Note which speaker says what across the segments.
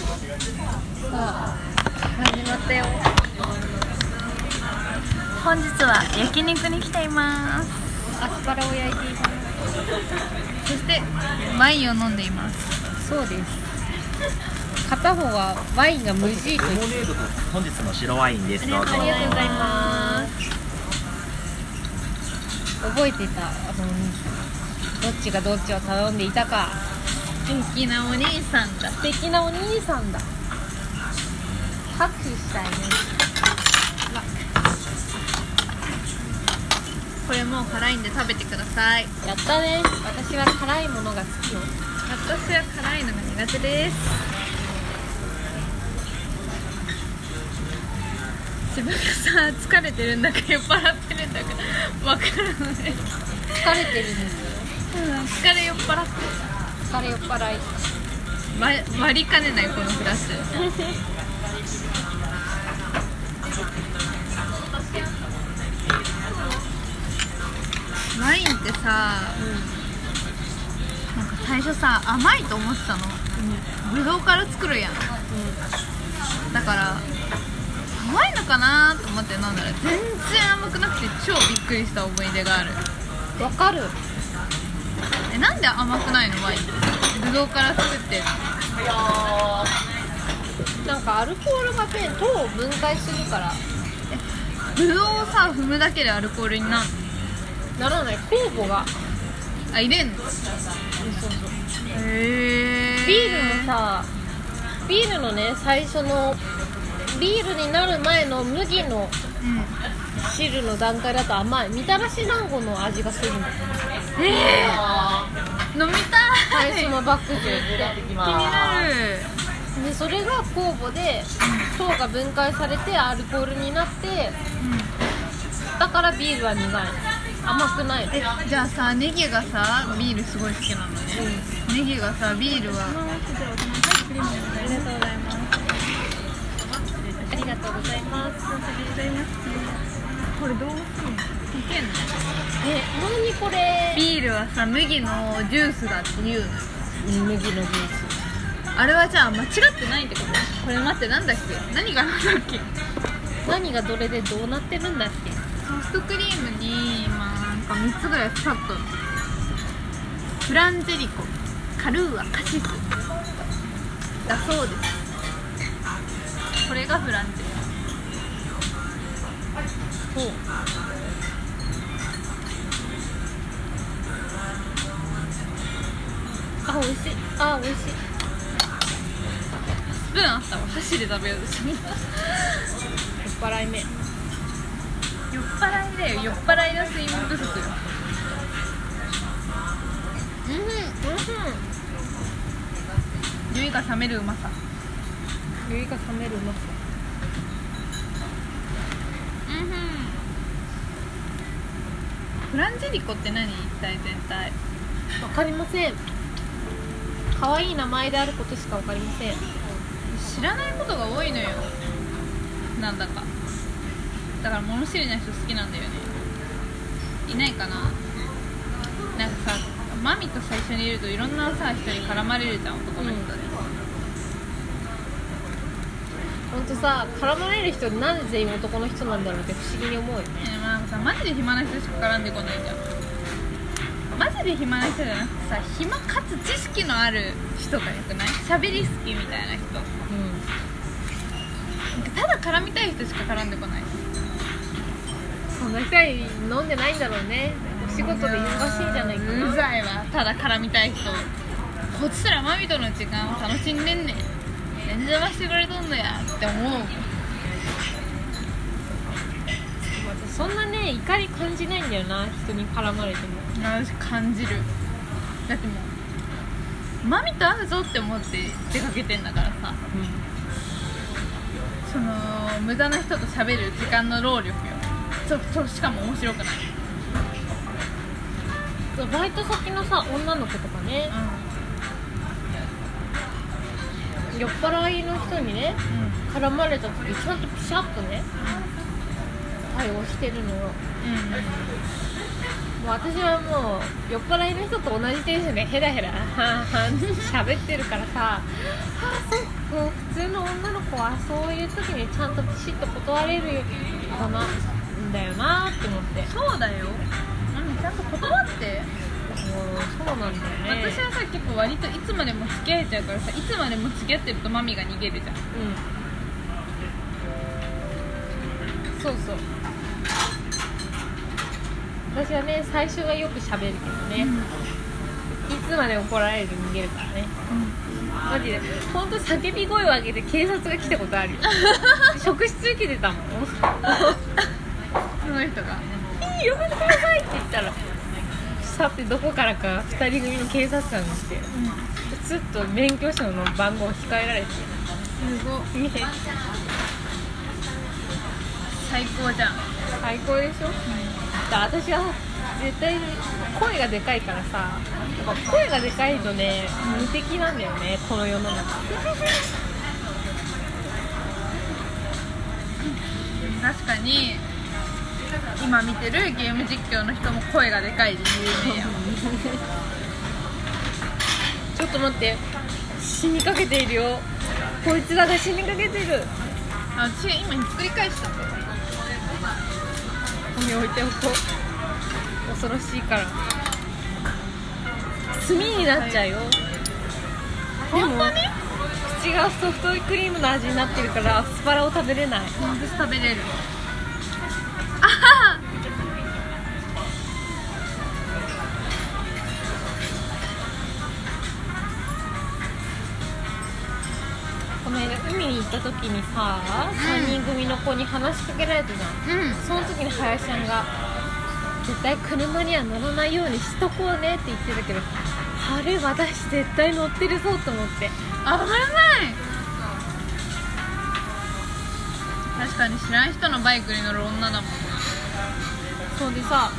Speaker 1: さあ始まったよ
Speaker 2: 本日は焼肉に来ています
Speaker 1: アスパラを焼いていま
Speaker 2: そしてワインを飲んでいます
Speaker 1: すそうです片方はワインが無事と
Speaker 3: レモネードと本日の白ワインです。どう
Speaker 1: す
Speaker 3: ぞ。
Speaker 1: 覚えてたあのどっちがどっちを頼んでいたか
Speaker 2: 元気なお兄さんだ
Speaker 1: 素敵なお兄さんだ拍手したいね
Speaker 2: これもう辛いんで食べてください
Speaker 1: やったね私は辛いものが好きよ
Speaker 2: 私は辛いのが苦手です自分がさ疲れてるんだか酔っ払ってるんだか分からな
Speaker 1: 疲
Speaker 2: い、
Speaker 1: れてるんですよ
Speaker 2: うん、疲れ酔っ払って
Speaker 1: 疲れ酔っ払い
Speaker 2: 割割りかねないこのフラッシュワインってさ、なんか最初さ甘いと思ってたの、ぶどうから作るやん、だから甘いのかなと思って飲んだら全然甘くなくて超びっくりした思い出がある
Speaker 1: わかる
Speaker 2: えなんで甘くないのワインってぶどうから作ってる
Speaker 1: なんかアルコールがね糖を分解するから
Speaker 2: ぶどうをさ踏むだけでアルコールになる
Speaker 1: ならない酵母が
Speaker 2: あ入れんの
Speaker 1: そうそう
Speaker 2: へえ
Speaker 1: ビールもさビールのね最初のビールになる前の麦の汁の段階だと甘いみたらし団子の味がするの
Speaker 2: うん、えー、飲みた
Speaker 1: 最
Speaker 2: い
Speaker 1: 初
Speaker 2: 気に
Speaker 1: のバックジュって
Speaker 2: なる
Speaker 1: でそれが酵母で糖が分解されてアルコールになってだからビールは苦い甘くないの
Speaker 2: えじゃあさネギがさビールすごい好きなのねネギがさビールは
Speaker 1: ありがとうございます。ありがとうございます。
Speaker 2: これどうすんのいけんの
Speaker 1: え、何これ？
Speaker 2: ビールはさ麦のジュースだって言うのよ
Speaker 1: 麦のジュー
Speaker 2: あれはじゃあ間違ってないってことこれ待ってなんだっけ何がなんだっけ
Speaker 1: ス。何がどれでどうなってるんだっけ？
Speaker 2: ソフトクリームに、まあ、なんか3つぐらい使ったのフランジェリコカルーアカシスだそうですこれがフランジェリ
Speaker 1: そう。あ、美味しい。あ、美味しい。
Speaker 2: コスプーンあったわ箸で食べようとした
Speaker 1: 酔っ払い目。
Speaker 2: 酔っ払いだよ酔っ払いの睡眠不足よ
Speaker 1: うん、う
Speaker 2: 酔いが覚めるうまさ
Speaker 1: ん。酔いが覚めるの。
Speaker 2: うんフランジェリコって何一体全体
Speaker 1: わかりません。可愛い名前であることしかわかりません。
Speaker 2: 知らないことが多いのよなんだかだから物知りな人好きなんだよねいないかななんかさマミと最初にいるといろんなさ人に絡まれるじゃん男の人で、
Speaker 1: ほんとさ、絡まれる人なんで全員男の人なんだろうって不思議に思うよね。
Speaker 2: ねえまあさマジで暇な人しか絡んでこないじゃんマジで暇な人じゃなくてさ暇かつ知識のある人がよくない喋り好きみたいな人
Speaker 1: うん。
Speaker 2: ただ絡みたい人しか絡んでこない
Speaker 1: その人は飲んでないんだろうねお仕事で忙しいんじゃないか
Speaker 2: う
Speaker 1: な
Speaker 2: ざいわただ絡みたい人こっちらマミとの時間を楽しんでんねん全然邪魔してくれとんのやって思うもん
Speaker 1: 私そんなね怒り感じないんだよな人に絡まれても
Speaker 2: 私感じるだってもうマミと会うぞって思って出かけてんだからさその無駄な人と喋る時間の労力よちょちょしかも面白くない、
Speaker 1: バイト先のさ女の子とかね酔っ払いの人にね
Speaker 2: うんうん
Speaker 1: 絡まれた時ちゃんとピシャッとね対応してるのよもう私はもう酔っ払いの人と同じテンションでヘラヘラはんはんって喋ってるからさあそう普通構あそういう時にちゃんとピシッと断れるかなんだよなって思ってうん
Speaker 2: そうだようんちゃんと断って
Speaker 1: そうなんだよね
Speaker 2: 私はさ結構割といつまでも付き合えちゃうからさいつまでも付き合ってるとマミが逃げるじゃん
Speaker 1: うんそうそう私はね最初はよく喋るけどね、
Speaker 2: うん
Speaker 1: いつまで怒られると逃げるからねマジで本当叫び声を上げて警察が来たことあるよ 職質受けてたもん
Speaker 2: その人が
Speaker 1: 「やめてください」って言ったらさてどこからか2人組の警察官が来て
Speaker 2: う
Speaker 1: ずっと免許証の番号を控えられて
Speaker 2: んすごい
Speaker 1: ね
Speaker 2: 最高じゃん
Speaker 1: 最高でしょだ私は絶対に声がでかいからさ声がでかいとね無敵なんだよねこの世の中
Speaker 2: 確かに今見てるゲーム実況の人も声がでかいで有名やん
Speaker 1: ちょっと待って死にかけているよこいつらが死にかけてる
Speaker 2: あ私今ひっくり返した
Speaker 1: ここに置いておこう恐ろしいから炭になっちゃうよ、でも
Speaker 2: 本当に
Speaker 1: 口がソフトクリームの味になってるからアスパラを食べれない
Speaker 2: 私食べれる
Speaker 1: この間海に行った時にさ3人組の子に話しかけられたじゃん
Speaker 2: うん
Speaker 1: その時に林さんが「絶対車には乗らないようにしとこうね」って言ってたけどあれ私絶対乗ってるぞと思って
Speaker 2: 危ない確かに知らん人のバイクに乗る女だもん
Speaker 1: そんでさ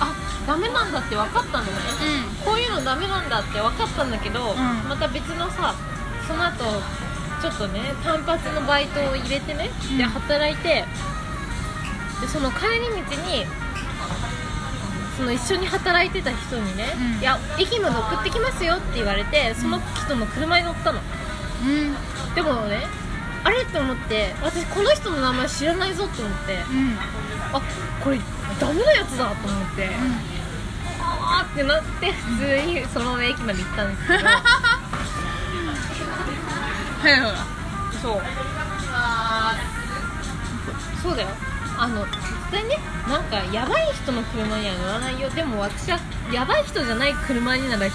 Speaker 1: あダメなんだって分かったのね
Speaker 2: う
Speaker 1: こういうのダメなんだって分かったんだけど、
Speaker 2: ん
Speaker 1: また別のさその後ちょっとね単発のバイトを入れてね、
Speaker 2: うん
Speaker 1: で働いてでその帰り道にその一緒に働いてた人にね、
Speaker 2: うん
Speaker 1: いや駅まで送ってきますよって言われてその人の車に乗ったの
Speaker 2: んうん
Speaker 1: でもねあれと思って私この人の名前知らないぞと思って
Speaker 2: うん
Speaker 1: あこれダメなやつだと思って、あーってなって普通にそのまま駅まで行ったんですけど
Speaker 2: はいほら
Speaker 1: そうそうだよあの絶対ねなんかヤバい人の車には乗らないよでも私はヤバい人じゃない車になら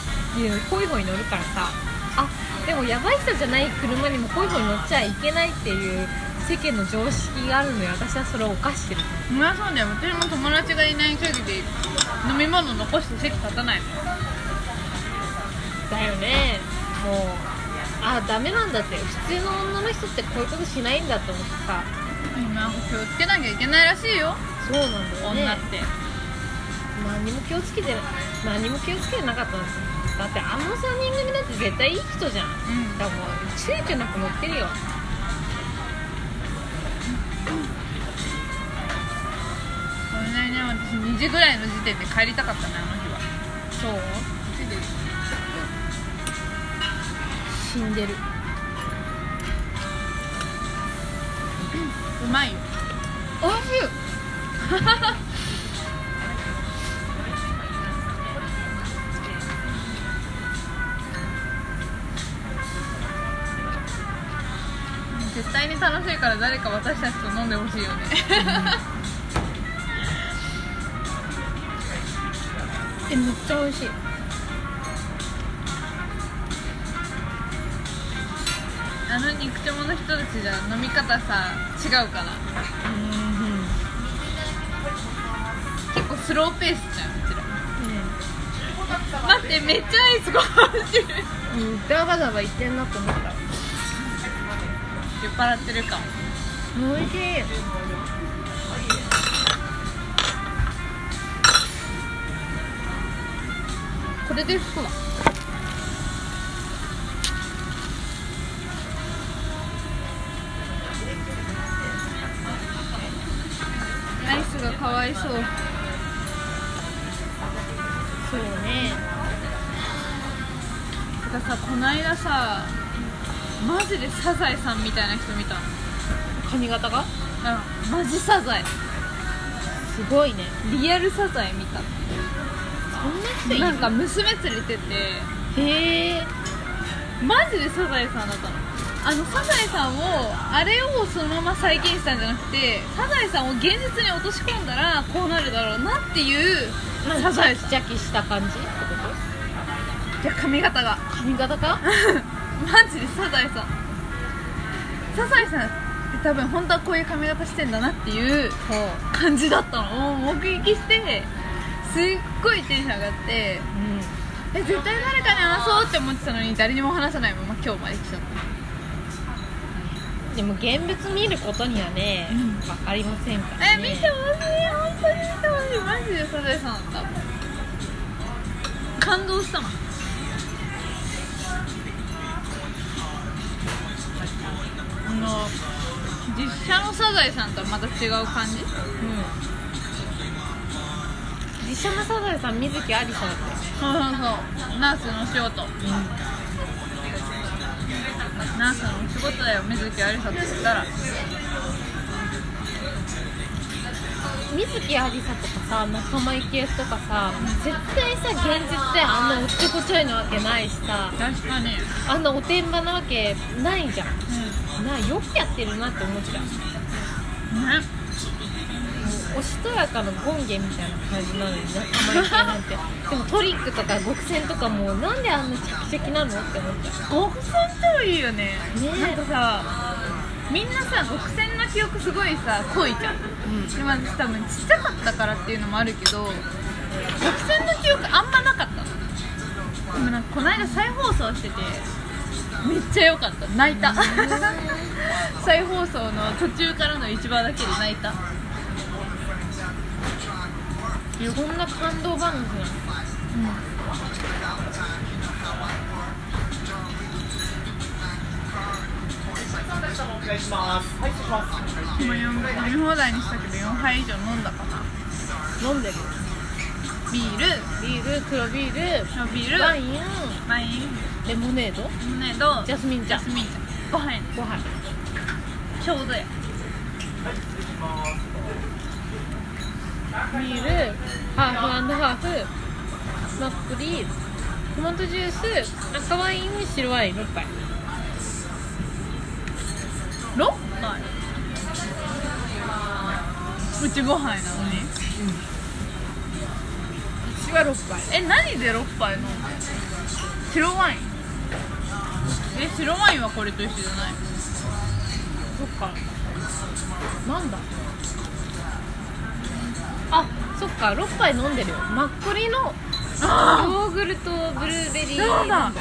Speaker 1: ホイホイ乗るからさあでもヤバい人じゃない車にもホイホイ乗っちゃいけないっていう世間の常識があるので私はそれを犯してる
Speaker 2: そりゃそうだよ私も友達がいない限り飲み物残して席立たないもん
Speaker 1: だよねもうあダメなんだって普通の女の人ってこういうことしないんだと思ってさ
Speaker 2: 今気をつけなきゃいけないらしいよ
Speaker 1: そうなんだよね
Speaker 2: 女って
Speaker 1: 何にも気をつけてな何にも気をつけてなかったんですよだってあの3人組なんて絶対いい人じゃん
Speaker 2: うん
Speaker 1: だからもう躊躇なく乗ってるよ
Speaker 2: ごめんなさいね私2時ぐらいの時点で帰りたかったねあの日は
Speaker 1: そう死んでる
Speaker 2: うまいよ
Speaker 1: おいしい
Speaker 2: 絶対に楽しいから誰か私たちと飲んでほしいよね
Speaker 1: えめっちゃ美味しい
Speaker 2: あの肉ちもの人たちじゃ飲み方さ違うから
Speaker 1: うん
Speaker 2: 結構スローペースじゃんうちら待ってめっちゃアイスご飯してる
Speaker 1: うん、うん、ダバダバいってんなと思った
Speaker 2: 酔っ払ってるかも
Speaker 1: 美味しい
Speaker 2: これでそうだアイスがかわいそう
Speaker 1: そうね
Speaker 2: てかさこないださマジでサザエさんみたいな人見た
Speaker 1: 髪型が
Speaker 2: うんマジサザエ
Speaker 1: すごいね
Speaker 2: リアルサザエ見た
Speaker 1: そんな人いる
Speaker 2: なんか娘連れてて
Speaker 1: へえ
Speaker 2: マジでサザエさんだったのあのサザエさんをあれをそのまま再現したんじゃなくてサザエさんを現実に落とし込んだらこうなるだろうなっていうサ
Speaker 1: サ
Speaker 2: ザ
Speaker 1: ザ
Speaker 2: エ
Speaker 1: エ
Speaker 2: さ
Speaker 1: さ
Speaker 2: ん
Speaker 1: ん
Speaker 2: じ
Speaker 1: ジャ
Speaker 2: ゃ
Speaker 1: キした感じってこ
Speaker 2: 髪型が
Speaker 1: と髪型か
Speaker 2: マジでサザエさんサザエさんって多分本当はこういう髪型してんだなっていう
Speaker 1: そう
Speaker 2: 感じだったのを目撃してすっごいテンション上がって
Speaker 1: うん
Speaker 2: え絶対誰かに話そうって思ってたのに誰にも話さないまま今日まで来ちゃった
Speaker 1: でも現物見ることにはね、わかりませんから、
Speaker 2: え
Speaker 1: ね、
Speaker 2: 見てほしい本当に見てほしいマジでサザエさんだった感動したもんあの実写のサザエさんとはまた違う感じ
Speaker 1: うん実写のサザエさん水木ありさだったよ
Speaker 2: そうそうそうナースの仕事ナースの仕事だよ水木有沙って言ったら
Speaker 1: 水木ありさとかさ仲間由紀恵とかさ絶対さ現実であんなおっちょこちょいなわけないしさ
Speaker 2: 確かに、
Speaker 1: あんなおてんばなわけないじゃんなよくやってるなって思っちゃう
Speaker 2: うんね
Speaker 1: おしとやかの権限みたいな感じなのに仲間由紀恵なんてでもトリックとか極戦とかもうなんであんな着々なのって思っちゃう
Speaker 2: 極戦ってもいいよね
Speaker 1: ねえ
Speaker 2: なんかさみんなさ極戦の記憶すごいさ濃いじゃん、でまあ多分ちっちゃかったからっていうのもあるけど極戦の記憶あんまなかったのでもなんかこの間再放送しててめっちゃ良かった泣い た再放送の途中からの一話だけで泣いた
Speaker 1: こんな感動話なの
Speaker 2: 今飲み放題にしたけど4杯以上飲んだかな
Speaker 1: 飲んでる
Speaker 2: ビール
Speaker 1: ビール黒ビール
Speaker 2: ビール
Speaker 1: ワイン
Speaker 2: ワイン
Speaker 1: レモネード
Speaker 2: みんなどう
Speaker 1: ジャスミン茶
Speaker 2: ジャスミン茶ご飯
Speaker 1: ご飯
Speaker 2: ちょうどや
Speaker 1: ビールハーフハーフマックリトマトジュース赤ワイン白ワイン6杯
Speaker 2: 6杯うち5杯なのに
Speaker 1: 私は6杯
Speaker 2: え何で6杯飲んで白ワインえ白ワインはこれと一緒じゃない
Speaker 1: そっかなんだあそっか6杯飲んでるよマッコリの
Speaker 2: あ
Speaker 1: ヨーグルトブルーベリー
Speaker 2: そうだ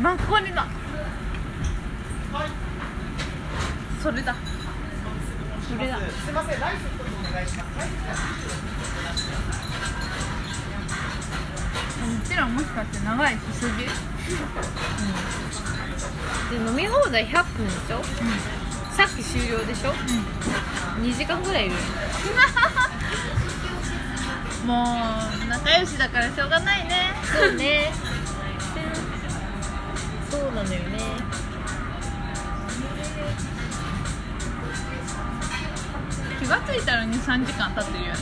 Speaker 2: マッコリだそれだ
Speaker 1: それだ
Speaker 2: うちらもしかして長いしすぎ
Speaker 1: で飲み放題100分でしょ、さっき終了でしょ、2時間ぐらいいるよ
Speaker 2: もう仲良しだからしょうがないね
Speaker 1: そうねそうなのよね
Speaker 2: 気がついたら23時間経ってるよね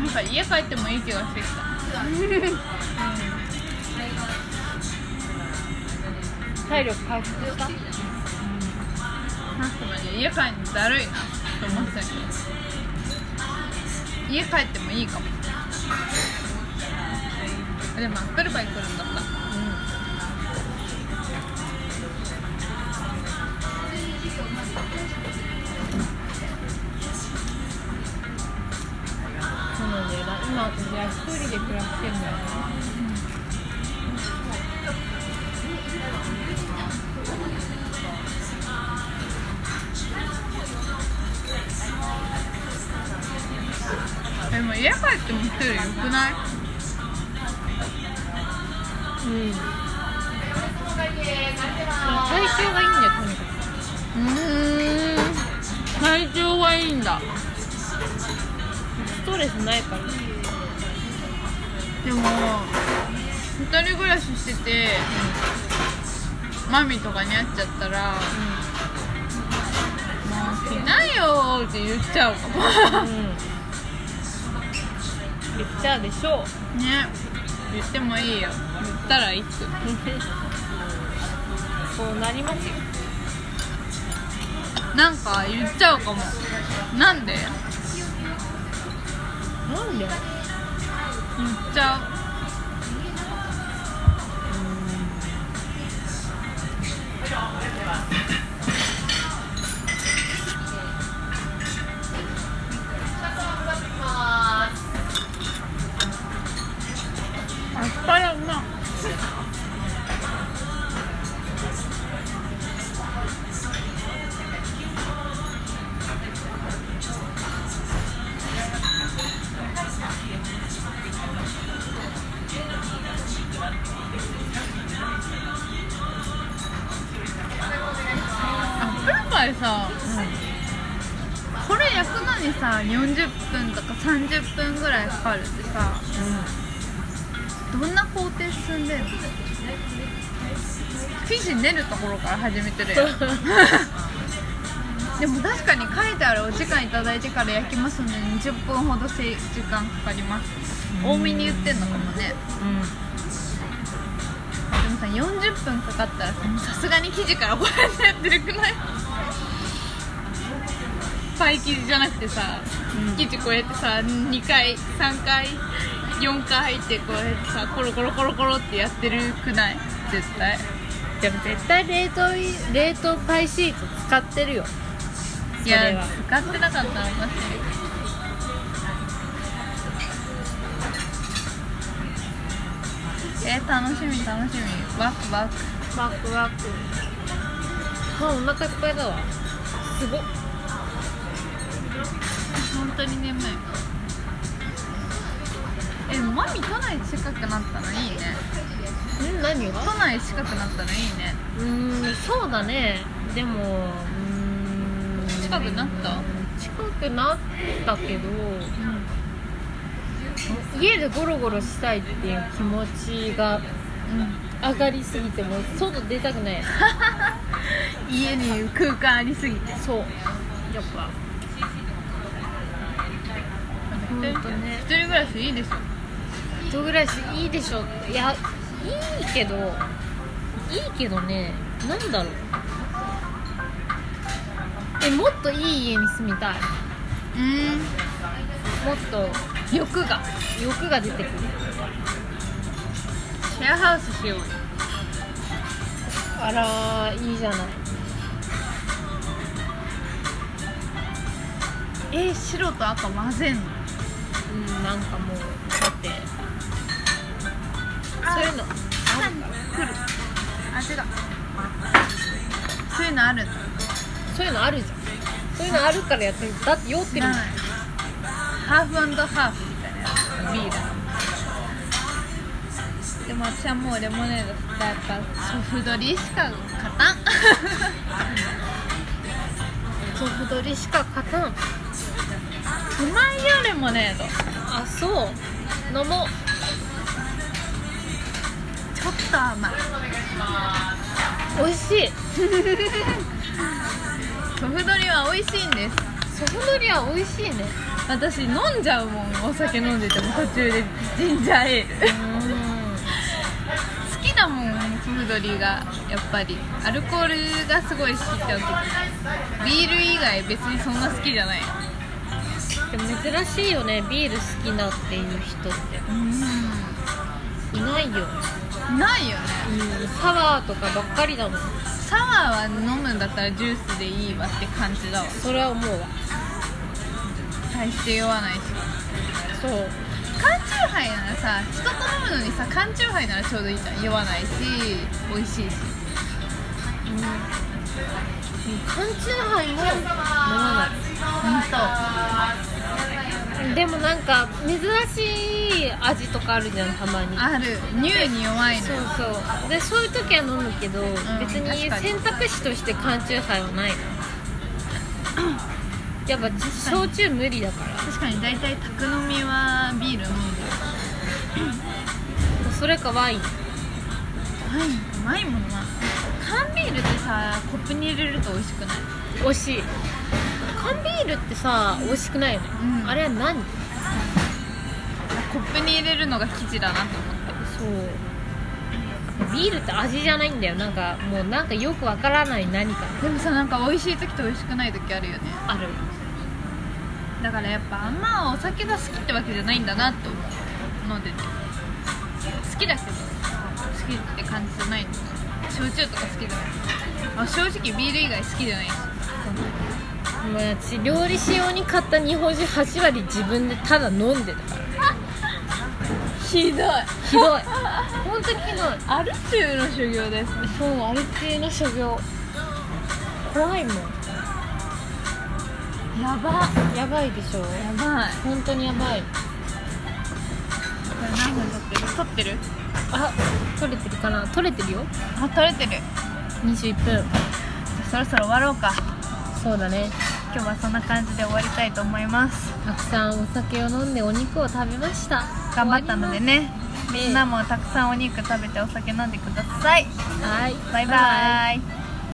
Speaker 2: なんか家帰ってもいい気がしてきた
Speaker 1: 体力回復した
Speaker 2: なんかね家帰るのだるいなと思ってたけど家帰ってもいいかもでもアップルパイ来るんだった
Speaker 1: そうなんだよな今私は一人で暮らしてるんだよ
Speaker 2: でも家帰っても一人よくない
Speaker 1: うん体調がいいんだよとにか
Speaker 2: うん体調がいいんだ
Speaker 1: くストレスないから
Speaker 2: でも二人暮らししてて、マミとかに会っちゃったら「もう着ないよ」って言っちゃうかも
Speaker 1: うん言っちゃうでしょう
Speaker 2: ね言ってもいいよ言ったらいつ
Speaker 1: そうなりますよ
Speaker 2: なんか言っちゃうかもなんで
Speaker 1: なんで
Speaker 2: 言っちゃうアスパラうまいアップルパイさ、これ焼くのにさ40分とか30分ぐらいかかるってさどんな工程進んでんの生地練るところから始めてるやん でも確かに書いてあるお時間いただいてから焼きますので20分ほどせ時間かかります多めに言ってんのかもね
Speaker 1: うん
Speaker 2: でもさ40分かかったらさもうさすがに生地からこうやってやってるくないパイ生地じゃなくてさ、生地こうやってさ2回3回4回入ってこうやってさコロコロコロコロってやってるくない絶対
Speaker 1: でも絶対冷凍い冷凍パイシート使ってるよそ
Speaker 2: い
Speaker 1: れ
Speaker 2: や
Speaker 1: は
Speaker 2: 使ってなかったらおかしいえー、楽しみ楽しみワクワク
Speaker 1: ワクワクもうお腹いっぱいだわすごっ
Speaker 2: 本当に眠いえマミ都内近くなったのいいね
Speaker 1: ん何が
Speaker 2: 都内近くなったのいいね
Speaker 1: うーんそうだねでもうーん
Speaker 2: 近くなった
Speaker 1: 近くなったけど
Speaker 2: う
Speaker 1: 家でゴロゴロしたいっていう気持ちが
Speaker 2: ん、
Speaker 1: 上がりすぎてもう外出たくない
Speaker 2: 家に空間ありすぎて
Speaker 1: そうやっぱ
Speaker 2: 一人
Speaker 1: ほんとね
Speaker 2: 一人暮らしいいでしょ
Speaker 1: 一人暮らしいいでしょいやいいけどいいけどねなんだろうえもっといい家に住みたい
Speaker 2: うん
Speaker 1: もっと
Speaker 2: 欲が
Speaker 1: 欲が出てくる
Speaker 2: シェアハウスしようよ
Speaker 1: あらいいじゃない
Speaker 2: えー白と赤混ぜんの
Speaker 1: うんなんかもうだってそういうの
Speaker 2: 来るあ違うそういうのあるんだ
Speaker 1: そういうのあるじゃんそういうのあるからやってるだって酔ってるもん
Speaker 2: ないハーフハーフみたいなやつビールでも私はもうレモネードだやっぱソフドリしか勝たん
Speaker 1: ソフトリしか勝たん
Speaker 2: うまいよレモネード
Speaker 1: あそう飲もう
Speaker 2: ちょっと甘い
Speaker 1: 美味しい
Speaker 2: ソフドリは美味しいんです
Speaker 1: ソフトリは美味しいね
Speaker 2: 私飲んじゃうもんお酒飲んでても途中でジンジャーエール
Speaker 1: う
Speaker 2: 好きだもんソフドリがやっぱりアルコールがすごい好きってわけビール以外別にそんな好きじゃない
Speaker 1: んでも珍しいよねビール好きなっていう人って
Speaker 2: うん
Speaker 1: いないよ、
Speaker 2: ないよね
Speaker 1: うん、サワーとかばっかりだもん
Speaker 2: サワーは飲むんだったらジュースでいいわって感じだわ
Speaker 1: それは思うわ
Speaker 2: 大して酔わないし
Speaker 1: そう
Speaker 2: 缶チューハイならさ人と飲むのにさ缶チューハイならちょうどいいじゃん酔わないし美味しいし
Speaker 1: 缶チューハイも飲ま
Speaker 2: 本当
Speaker 1: ないでもなんか珍しい味とかあるじゃんたまに
Speaker 2: ある乳に弱いの
Speaker 1: そう
Speaker 2: よ
Speaker 1: そうでそういう時は飲むけど、別
Speaker 2: 確
Speaker 1: に
Speaker 2: かに
Speaker 1: 選択肢として缶チューハイはないやっぱ焼酎無理だから
Speaker 2: 確かに大体宅飲みはビール飲んでる
Speaker 1: それかワイン
Speaker 2: ワインうまいもんな缶ビールってさコップに入れると美味しくない
Speaker 1: 美味しい缶ビールってさ美味しくないよね、
Speaker 2: うん
Speaker 1: あれは何
Speaker 2: コップに入れるのが基地だなと思って
Speaker 1: そうビールって味じゃないんだよなんかもうなんかよくわからない何か
Speaker 2: でもさなんか美味しい時と美味しくない時あるよね
Speaker 1: ある
Speaker 2: だからやっぱあんまお酒が好きってわけじゃないんだなと思う飲んでて好きだけど好きって感じじゃないの焼酎とか好きじゃないあ正直ビール以外好きじゃないし
Speaker 1: もう私料理仕様に買った日本酒8割自分でただ飲んでたから
Speaker 2: ひ
Speaker 1: ひ
Speaker 2: どい
Speaker 1: ど い本当にひどい
Speaker 2: アル中の修行ですね
Speaker 1: そうアル中の所業怖いも
Speaker 2: やば
Speaker 1: んやばいでしょ
Speaker 2: やばい
Speaker 1: 本当にやばい
Speaker 2: これ何分撮ってる撮ってる
Speaker 1: あ取れてるかな取れてるよ
Speaker 2: あ撮れてるじゃ
Speaker 1: 21分
Speaker 2: あそろそろ終わろうか
Speaker 1: そうだね
Speaker 2: 今日はそんな感じで終わりたいと思います
Speaker 1: たくさんお酒を飲んでお肉を食べました
Speaker 2: 頑張ったのでね
Speaker 1: 終わります
Speaker 2: みんなもたくさんお肉食べてお酒飲んでください
Speaker 1: はい
Speaker 2: バイバイ